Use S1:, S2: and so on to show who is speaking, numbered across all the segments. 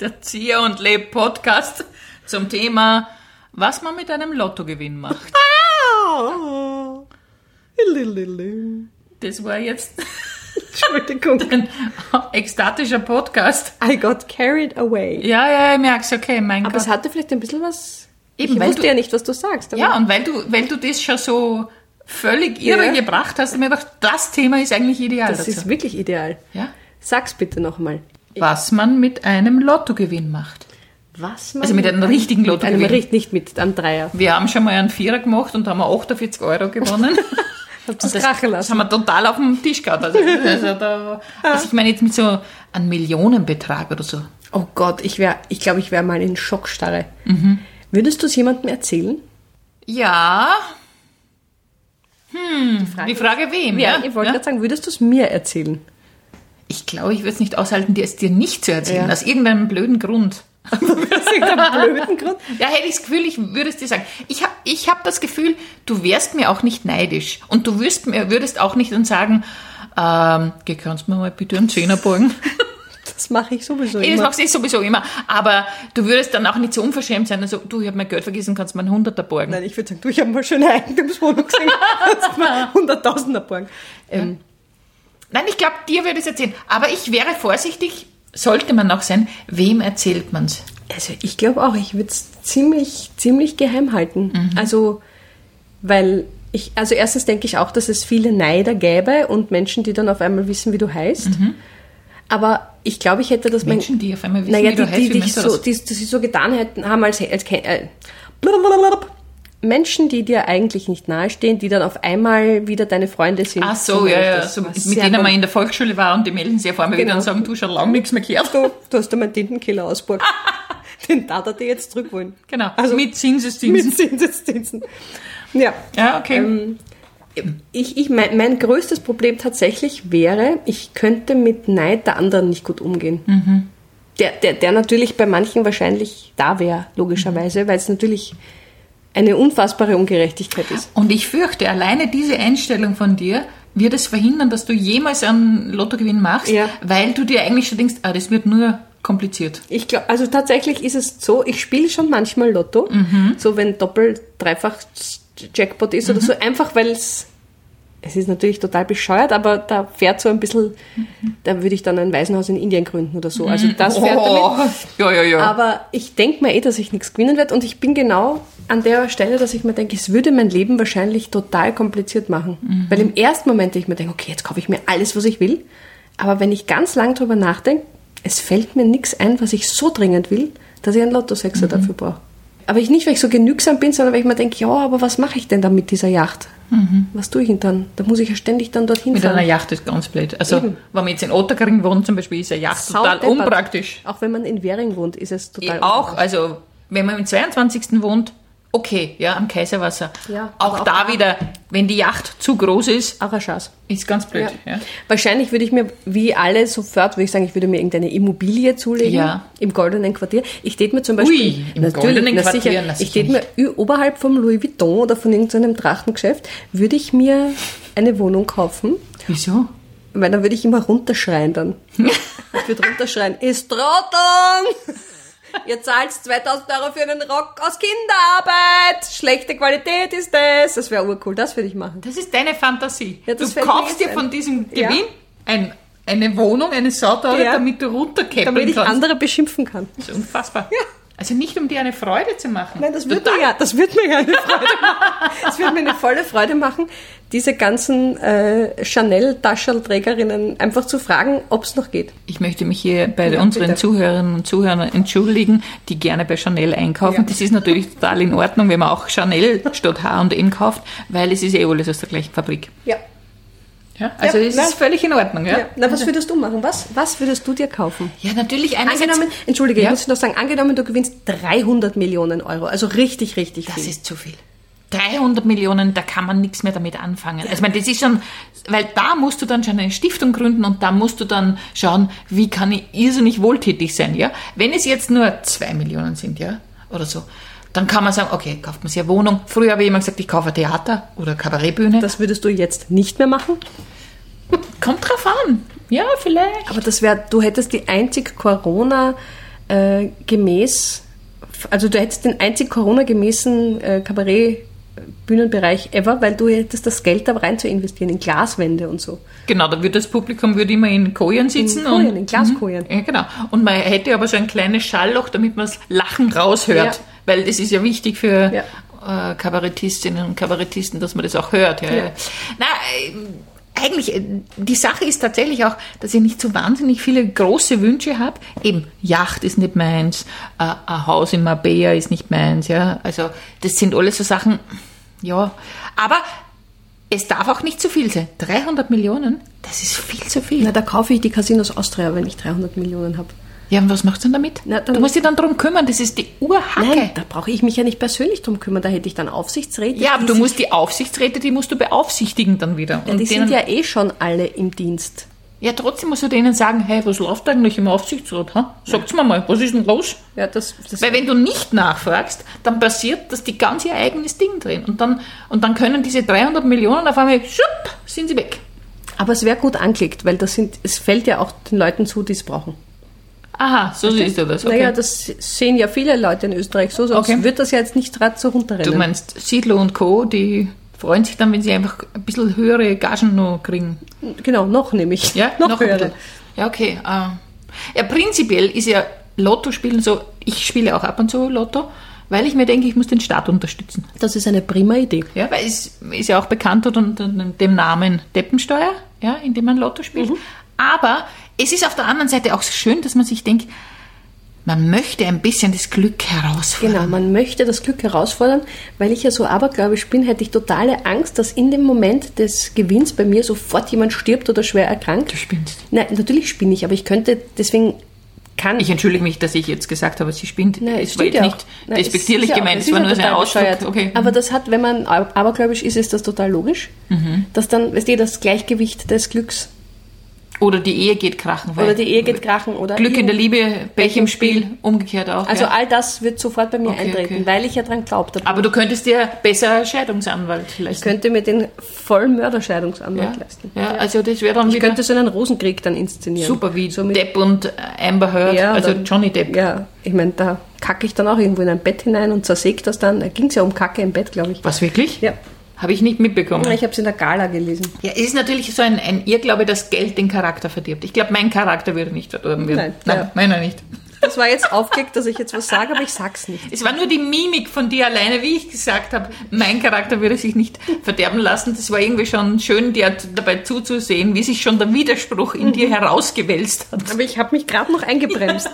S1: der Zieher und Leb Podcast zum Thema, was man mit einem Lottogewinn macht. Das war jetzt
S2: Entschuldigung.
S1: ein ekstatischer Podcast.
S2: I got carried away.
S1: Ja, ja, ich merk's, okay, mein
S2: Aber
S1: Gott.
S2: es hatte vielleicht ein bisschen was.
S1: Eben,
S2: ich
S1: weil
S2: wusste
S1: du-
S2: ja nicht, was du sagst. Aber
S1: Ja, und weil du, weil du das schon so völlig
S2: Ja.
S1: irre gebracht hast, hab ich mir gedacht, das Thema ist eigentlich ideal
S2: das
S1: dazu.
S2: ist wirklich ideal.
S1: ja?
S2: Sag's bitte nochmal.
S1: Was man mit einem Lottogewinn macht.
S2: Was man. Also
S1: Also mit einem richtigen
S2: mit einem
S1: Lottogewinn.
S2: Richt, nicht mit einem Dreier.
S1: Wir haben schon mal einen Vierer gemacht und haben 48 Euro gewonnen.
S2: Habt
S1: Und
S2: ihr's krachen
S1: das
S2: lassen?
S1: haben wir total auf dem Tisch gehabt. Also, also, da, also ich meine jetzt mit so einem Millionenbetrag oder so.
S2: Oh Gott, ich wäre, ich glaube, ich wäre mal in Schockstarre. Würdest du es jemandem erzählen?
S1: Ja, Hm, die Frage wem? Ja,
S2: ich wollte
S1: ja.
S2: gerade sagen, würdest du es mir erzählen?
S1: Ich glaube, ich würde es nicht aushalten, dir es dir nicht zu erzählen,
S2: Ja.
S1: aus irgendeinem blöden Grund.
S2: Aus irgendeinem blöden Grund.
S1: Ja, hätte ich das Gefühl, ich würde es dir sagen. Ich habe ich hab das Gefühl, du wärst mir auch nicht neidisch. Und du würdest, mir, würdest auch nicht dann sagen, ähm, "Geh, kannst du mir mal bitte einen Zehner borgen?
S2: Das mache ich sowieso
S1: Ich
S2: immer.
S1: mach's eh sowieso immer. Aber du würdest dann auch nicht so unverschämt sein. Also, du, ich habe mein Geld vergessen, kannst du mir einen Hunderter borgen?
S2: Nein, ich würde sagen, du, ich habe mal schöne Eigentumswohnung gesehen. Kannst du mal Hunderttausender borgen. Ähm,
S1: Nein, ich glaube, dir würde es erzählen. Aber ich wäre vorsichtig, sollte man auch sein, wem erzählt man's?
S2: also ich glaube auch, ich würde es ziemlich, ziemlich geheim halten.
S1: Mhm.
S2: Also, weil ich, also erstens denke ich auch, dass es viele Neider gäbe und Menschen, die dann auf einmal wissen, wie du heißt. Aber ich glaube, ich hätte das mein-
S1: Mhm. Menschen, die auf einmal wissen,
S2: naja,
S1: wie du
S2: die,
S1: heißt,
S2: die,
S1: wie
S2: die,
S1: meinst du
S2: so,
S1: das?
S2: die, die sie so getan hätten, haben als, als kein- äh, blablabla. Menschen, die dir eigentlich nicht nahestehen, die dann auf einmal wieder deine Freunde sind.
S1: Ach so, ja, ja. So, mit denen man in der Volksschule war und die melden sich auf einmal wieder
S2: Genau.
S1: und sagen, du schon lange nichts mehr gehört.
S2: du, du hast einmal Tintenkiller ausborgt. Den da hat er jetzt zurück wollen.
S1: Genau.
S2: Also mit Ähm.
S1: mit Zinseszinsen.
S2: Zinseszinsen. Ja.
S1: Ja, okay.
S2: Ich, ich, mein, mein größtes Problem tatsächlich wäre, ich könnte mit Neid der anderen nicht gut umgehen. Der, der, der natürlich bei manchen wahrscheinlich da wäre, logischerweise, weil es natürlich eine unfassbare Ungerechtigkeit ist.
S1: Und ich fürchte, alleine diese Einstellung von dir wird es verhindern, dass du jemals einen Lottogewinn machst,
S2: Ja.
S1: weil du dir eigentlich schon denkst, ah, das wird nur kompliziert.
S2: Ich glaube, also tatsächlich ist es so, ich spiele schon manchmal Lotto, so wenn doppelt, dreifach Jackpot ist oder so, einfach weil es, es ist natürlich total bescheuert, aber da fährt so ein bisschen, da würde ich dann ein Waisenhaus in Indien gründen oder so. Also das
S1: Oh.
S2: fährt damit.
S1: Ja, ja, ja.
S2: Aber ich denke mir eh, dass ich nichts gewinnen werde und ich bin genau an der Stelle, dass ich mir denke, es würde mein Leben wahrscheinlich total kompliziert machen.
S1: Mhm.
S2: Weil im ersten Moment ich mir denke, okay, jetzt kaufe ich mir alles, was ich will. Aber wenn ich ganz lang drüber nachdenke, es fällt mir nichts ein, was ich so dringend will, dass ich einen Lottosechser
S1: Mhm.
S2: dafür brauche. Aber ich nicht, weil ich so genügsam bin, sondern weil ich mir denke, ja, aber was mache ich denn dann mit dieser Yacht? Was tue ich denn dann? Da muss ich ja ständig dann dorthin
S1: Mhm. Mit einer
S2: fahren.
S1: Yacht ist ganz blöd. Also,
S2: Eben.
S1: wenn man jetzt in Otterkring wohnt zum Beispiel, ist eine Yacht total
S2: Saudeppert.
S1: unpraktisch.
S2: Auch wenn man in Währing wohnt, ist es total
S1: Auch, also, wenn man im 22. wohnt, okay, ja, am Kaiserwasser.
S2: Ja,
S1: auch,
S2: aber auch
S1: da wieder, wenn die Yacht zu groß ist,
S2: Auch ein Schatz.
S1: ist ganz blöd.
S2: Ja.
S1: Ja.
S2: Wahrscheinlich würde ich mir, wie alle sofort, würde ich sagen, ich würde mir irgendeine Immobilie zulegen
S1: Ja.
S2: im goldenen Quartier. Ich tät mir zum
S1: Ui,
S2: Beispiel,
S1: im goldenen
S2: na
S1: Quartier,
S2: sicher,
S1: na
S2: ich
S1: sicher
S2: tät mir ü- oberhalb vom Louis Vuitton oder von irgendeinem Trachtengeschäft, würde ich mir eine Wohnung kaufen,
S1: Wieso?
S2: weil dann würde ich immer runterschreien dann. ich würde runterschreien, ist Trottel! Ihr zahlt 2000 Euro für einen Rock aus Kinderarbeit! Schlechte Qualität ist das! Das wäre urcool, das würde ich machen.
S1: Das ist deine Fantasie.
S2: Ja, das
S1: du
S2: fällt
S1: kaufst
S2: mir
S1: dir
S2: jetzt
S1: von
S2: ein.
S1: diesem
S2: Ja.
S1: Gewinn ein, eine Wohnung, eine Sautauer,
S2: Ja.
S1: damit du runterkeppeln
S2: Damit ich
S1: kannst.
S2: andere beschimpfen kann.
S1: Das ist unfassbar.
S2: Ja.
S1: Also nicht, um dir eine Freude zu machen.
S2: Nein, das wird,
S1: Total.
S2: mir ja, das wird mir ja eine Freude machen. Das wird mir eine volle Freude machen, diese ganzen äh, Chanel-Taschelträgerinnen einfach zu fragen, ob es noch geht.
S1: Ich möchte mich hier bei
S2: Ja,
S1: unseren
S2: bitte.
S1: Zuhörerinnen und Zuhörern entschuldigen, die gerne bei Chanel einkaufen.
S2: Ja.
S1: Das ist natürlich total in Ordnung, wenn man auch Chanel statt H&M kauft, weil es ist eh alles aus der gleichen Fabrik.
S2: Ja.
S1: Ja? Also
S2: Ja,
S1: es
S2: nein.
S1: ist völlig in Ordnung. Ja,
S2: ja. Na, was würdest du machen? Was, was würdest du dir kaufen?
S1: ja natürlich einerseits...
S2: Angenommen, entschuldige,
S1: Ja.
S2: ich muss noch sagen, angenommen, du gewinnst 300 Millionen Euro. Also richtig, richtig
S1: Das
S2: viel.
S1: ist zu viel. 300 Millionen, da kann man nichts mehr damit anfangen. Also, ich meine, das ist schon, weil da musst du dann schon eine Stiftung gründen und da musst du dann schauen, wie kann ich irrsinnig wohltätig sein, ja? Wenn es jetzt nur 2 Millionen sind, ja? Oder so. Dann kann man sagen, okay, kauft man sich eine Wohnung. Früher habe ich immer gesagt, ich kaufe ein Theater oder eine Kabarettbühne. Das
S2: das würdest du jetzt nicht mehr machen,
S1: kommt drauf an. Ja, vielleicht.
S2: aber das wäre, du hättest die einzig Corona äh, gemäß, also du hättest den einzig Corona-gemäßen äh, Kabarett-Bühnenbereich ever, weil du hättest das Geld da rein zu investieren in Glaswände und so.
S1: Genau, da würde das Publikum würde immer in Kojen sitzen.
S2: Kojen,
S1: und,
S2: in Glaskojen.
S1: Mhm, ja, genau. Und man hätte aber so ein kleines Schallloch, damit man das Lachen raushört.
S2: Ja.
S1: Weil das ist ja wichtig für äh, Kabarettistinnen und Kabarettisten, dass man das auch hört. Ja. ja. Na, ähm, eigentlich, äh, die Sache ist tatsächlich auch, dass ich nicht so wahnsinnig viele große Wünsche habe. Eben, Yacht ist nicht meins, äh, ein Haus in Marbella ist nicht meins. Ja. Also das sind alles so Sachen, ja. Aber es darf auch nicht zu viel sein. 300 Millionen, das ist viel zu viel.
S2: Na, da kaufe ich die Casinos Austria, wenn ich 300 Millionen habe.
S1: Ja, und was machst du denn damit?
S2: Na, dann-
S1: du musst dich dann drum kümmern, das ist die Urhacke.
S2: Nein, da brauche ich mich ja nicht persönlich drum kümmern, da hätte ich dann Aufsichtsräte.
S1: Ja, aber
S2: die
S1: du
S2: sind-
S1: musst die Aufsichtsräte, die musst du beaufsichtigen dann wieder.
S2: Ja, die
S1: denen-
S2: sind ja eh schon alle im Dienst.
S1: Ja, trotzdem musst du denen sagen, hey, was läuft eigentlich im Aufsichtsrat? Ha? Sagt's mir mal, was ist denn los?
S2: Ja, das, das
S1: Weil wenn du nicht nachfragst, dann passiert, dass die ganz ihr eigenes Ding drehen. Und dann, und dann können diese 300 Millionen auf einmal, schupp, sind sie weg.
S2: aber es wäre gut anklickt, weil das sind, es fällt ja auch den Leuten zu, die es brauchen.
S1: Aha, so siehst du das. Okay.
S2: Naja, das sehen ja viele Leute in Österreich so, sonst
S1: Okay.
S2: wird das ja jetzt nicht gerade so runterrennen.
S1: du meinst, Siedler und Co., die freuen sich dann, wenn sie einfach ein bisschen höhere Gagen noch kriegen.
S2: genau, noch nämlich.
S1: Ja,
S2: noch,
S1: ein
S2: höhere.
S1: bisschen. Ja, okay. ah. ja, prinzipiell ist ja Lotto spielen so, ich spiele auch ab und zu Lotto, weil ich mir denke, ich muss den Staat unterstützen.
S2: Das ist eine prima Idee.
S1: Ja, weil es ist ja auch bekannt unter dem Namen Deppensteuer, ja, indem man Lotto spielt.
S2: Mhm.
S1: Aber es ist auf der anderen Seite auch so schön, dass man sich denkt, man möchte ein bisschen das Glück herausfordern.
S2: Genau, man möchte das Glück herausfordern, weil ich ja so abergläubisch bin, hätte ich totale Angst, dass in dem Moment des Gewinns bei mir sofort jemand stirbt oder schwer erkrankt.
S1: Du spinnst.
S2: Nein, natürlich spinne ich, aber ich könnte, deswegen kann
S1: Ich entschuldige mich, dass ich jetzt gesagt habe, sie spinnt.
S2: Nein,
S1: es
S2: stimmt
S1: war jetzt
S2: ja
S1: nicht
S2: auch. Nein, ist
S1: despektierlich
S2: ja auch-
S1: gemeint,
S2: es
S1: es war
S2: ist
S1: nur
S2: ja
S1: so ein
S2: total
S1: Ausdruck.
S2: bescheuert.
S1: Okay.
S2: Aber das hat, wenn man ab- abergläubisch ist, ist das total logisch,
S1: Mhm.
S2: dass dann, weißt du, das Gleichgewicht des Glücks
S1: Oder die Ehe geht krachen. weil-
S2: oder die Ehe geht krachen oder
S1: Glück in der Liebe, Pech im Spiel, umgekehrt auch.
S2: Also
S1: ja.
S2: all das wird sofort bei mir
S1: Okay,
S2: eintreten,
S1: okay.
S2: weil ich ja dran glaubt habe.
S1: Aber du könntest dir besser Scheidungsanwalt vielleicht.
S2: Ich könnte mir den vollen Mörderscheidungsanwalt
S1: ja.
S2: leisten.
S1: ja, also das wäre dann
S2: Ich
S1: wieder
S2: könnte so einen Rosenkrieg dann inszenieren.
S1: super wie
S2: so mit
S1: Depp und äh, Amber Heard,
S2: Ja,
S1: also
S2: dann-
S1: Johnny Depp.
S2: Ja, ich meine, da kacke ich dann auch irgendwo in ein Bett hinein und zersäge das dann. Da ging es ja um Kacke im Bett, glaube ich.
S1: Was wirklich?
S2: Ja.
S1: Habe ich nicht mitbekommen.
S2: Ich habe es in der Gala gelesen.
S1: Ja, es ist natürlich so ein, ein Irrglaube, dass Geld den Charakter verdirbt. Ich glaube, mein Charakter würde nicht verdorben werden.
S2: Nein,
S1: Nein
S2: ja.
S1: meiner nicht.
S2: Das war jetzt aufgelegt, dass ich jetzt was sage, aber ich sag's nicht.
S1: Es war nur die Mimik von dir alleine, wie ich gesagt habe, mein Charakter würde sich nicht verderben lassen. Das war irgendwie schon schön, dir dabei zuzusehen, wie sich schon der Widerspruch in
S2: Mhm.
S1: dir herausgewälzt hat.
S2: Aber ich habe mich gerade noch eingebremst.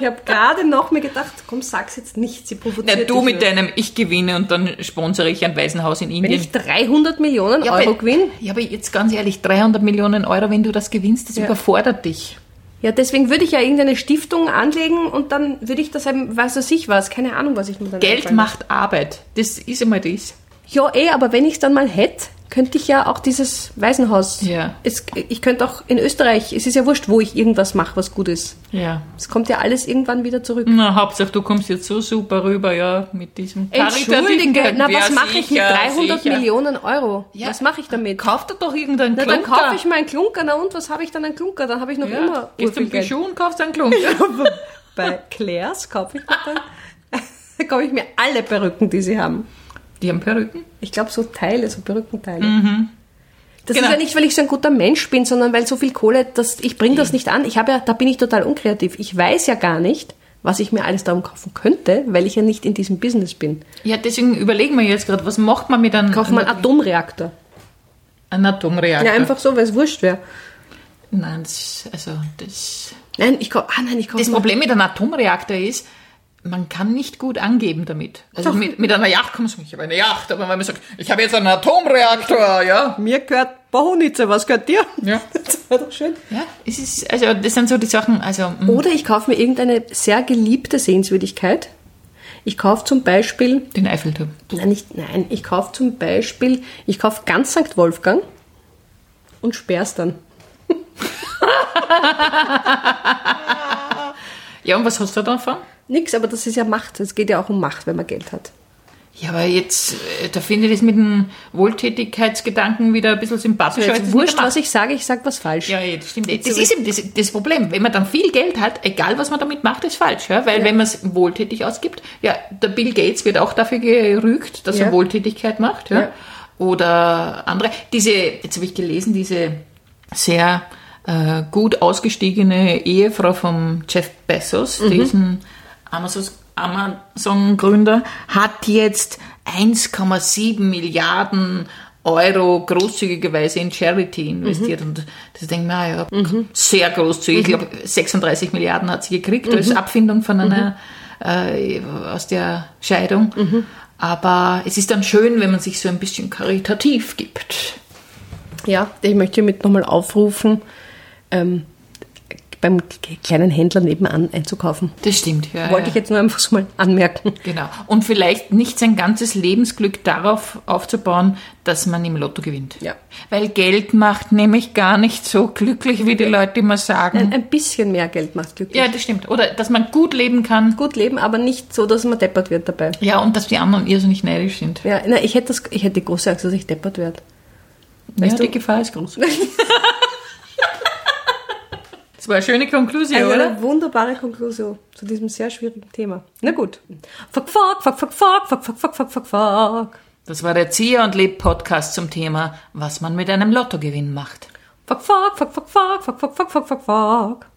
S2: Ich habe gerade noch mir gedacht, komm, sag's jetzt nicht, sie
S1: genau. Na,
S2: provoziert.
S1: du
S2: dich
S1: mit
S2: nur.
S1: deinem Ich gewinne und dann sponsere ich ein Waisenhaus in
S2: Wenn
S1: Indien.
S2: ich 300 Millionen
S1: Ja,
S2: Euro
S1: aber-
S2: gewinne,
S1: Ja, aber jetzt ganz ehrlich, 300 Millionen Euro, wenn du das gewinnst, das überfordert dich.
S2: ja, deswegen würde ich ja irgendeine Stiftung anlegen und dann würde ich das eben, was weiß ich was, keine Ahnung, was ich mir dann
S1: Geld
S2: einfallen
S1: macht Arbeit. Das ist immer das.
S2: Ja, eh, aber wenn ich es dann mal hätte, könnte ich ja auch dieses Waisenhaus.
S1: Ja.
S2: Es, ich könnte auch in Österreich, es ist ja wurscht, wo ich irgendwas mache, was gut ist.
S1: Ja.
S2: Es kommt ja alles irgendwann wieder zurück.
S1: Na, Hauptsache, du kommst jetzt so super rüber, ja, mit diesem karitativen
S2: Entschuldige,
S1: Geld.
S2: na,
S1: Ja,
S2: was mache ich mit
S1: sicher,
S2: 300
S1: sicher.
S2: Millionen Euro?
S1: Ja.
S2: Was mache ich damit?
S1: Kauf dir doch irgendeinen
S2: Na,
S1: Klunker.
S2: dann kaufe ich meinen Klunker. Na und, was habe ich dann einen Klunker? Dann habe ich noch
S1: ja.
S2: immer
S1: Gehst zum
S2: urviel Geld.
S1: Bijou und kaufst einen Klunker.
S2: Bei Claire's kaufe ich mir dann kaufe ich mir alle Perücken, die sie haben.
S1: Die haben Perücken.
S2: Ich glaube, so Teile, so Perückenteile. Das
S1: Genau.
S2: ist ja nicht, weil ich so ein guter Mensch bin, sondern weil so viel Kohle, das, ich bringe das nicht an. Ich habe ja, da bin ich total unkreativ. Ich weiß ja gar nicht, was ich mir alles darum kaufen könnte, weil ich ja nicht in diesem Business bin.
S1: Ja, deswegen überlegen wir jetzt gerade, was macht man mit einem,
S2: Kauf mal einen Atomreaktor.
S1: einem Atomreaktor?
S2: Ja, einfach so, weil es wurscht wäre.
S1: Nein, das ist, also, das...
S2: Nein, ich kaufe, ah nein, ich kaufe
S1: Das Problem mit einem Atomreaktor ist, man kann nicht gut angeben damit. Also mit, mit einer Yacht kommst du, ich habe eine Yacht, aber wenn man sagt, ich habe jetzt einen Atomreaktor, ja.
S2: Mir gehört Bohunitze, was gehört dir?
S1: Ja.
S2: Das war doch schön.
S1: Ja, es ist, also das sind so die Sachen, also mm,
S2: Oder ich kaufe mir irgendeine sehr geliebte Sehenswürdigkeit. Ich kaufe zum Beispiel
S1: den Eiffelturm.
S2: Nein, nicht, nein, ich kaufe zum Beispiel, ich kaufe ganz St. Wolfgang und sperr's dann.
S1: Ja, und was hast du davon?
S2: Nix, aber das ist ja Macht. Es geht ja auch um Macht, wenn man Geld hat.
S1: Ja, aber jetzt, äh, da finde ich das mit dem Wohltätigkeitsgedanken wieder ein bisschen sympathisch.
S2: Jetzt Also wurscht, was ich sage, ich sage was falsch.
S1: Ja, ja, das stimmt. eh. Das ist eben das, das Problem. Wenn man dann viel Geld hat, egal was man damit macht, ist falsch. Ja? Weil wenn man es wohltätig ausgibt, ja, der Bill Gates wird auch dafür gerügt, dass
S2: Ja.
S1: er Wohltätigkeit macht. Ja?
S2: Ja.
S1: Oder andere. Diese, jetzt habe ich gelesen, diese sehr äh, gut ausgestiegene Ehefrau von Jeff Bezos,
S2: Mhm.
S1: diesen Amazons- Amazon-Gründer, hat jetzt 1,7 Milliarden Euro großzügigerweise in Charity investiert.
S2: Mhm.
S1: Und das denke ich mir, ah ja, sehr großzügig. Ich glaube, 36 Milliarden hat sie gekriegt
S2: Mhm.
S1: als Abfindung von einer äh, aus der Scheidung.
S2: Mhm.
S1: Aber es ist dann schön, wenn man sich so ein bisschen karitativ gibt.
S2: Ja, ich möchte hiermit nochmal aufrufen, ähm, beim k- kleinen Händler nebenan einzukaufen.
S1: Das stimmt, Ah, ja.
S2: Wollte ich jetzt nur einfach so mal anmerken.
S1: Genau. Und vielleicht nicht sein ganzes Lebensglück darauf aufzubauen, dass man im Lotto gewinnt.
S2: Ja.
S1: Weil Geld macht nämlich gar nicht so glücklich, wie die Leute immer sagen.
S2: Ein, ein bisschen mehr Geld macht glücklich.
S1: Ja, das stimmt. Oder dass man gut leben kann.
S2: Gut leben, aber nicht so, dass man deppert wird dabei.
S1: Ja, und dass die anderen irrsinnig neidisch sind.
S2: Ja, na, ich hätte, das, ich hätte große Angst, dass ich deppert werde.
S1: ja, die Gefahr ist groß. das war eine schöne Konklusion,
S2: Eine
S1: oder?
S2: wunderbare Konklusion zu diesem sehr schwierigen Thema. Na gut. Fuck, fuck, fuck, fuck, fuck, fuck, fuck, fuck, fuck, fuck, fuck.
S1: Das war der Zieher und Leb Podcast zum Thema, was man mit einem Lottogewinn macht.
S2: Fuck, fuck, fuck, fuck, fuck, fuck, fuck, fuck, fuck, fuck, fuck.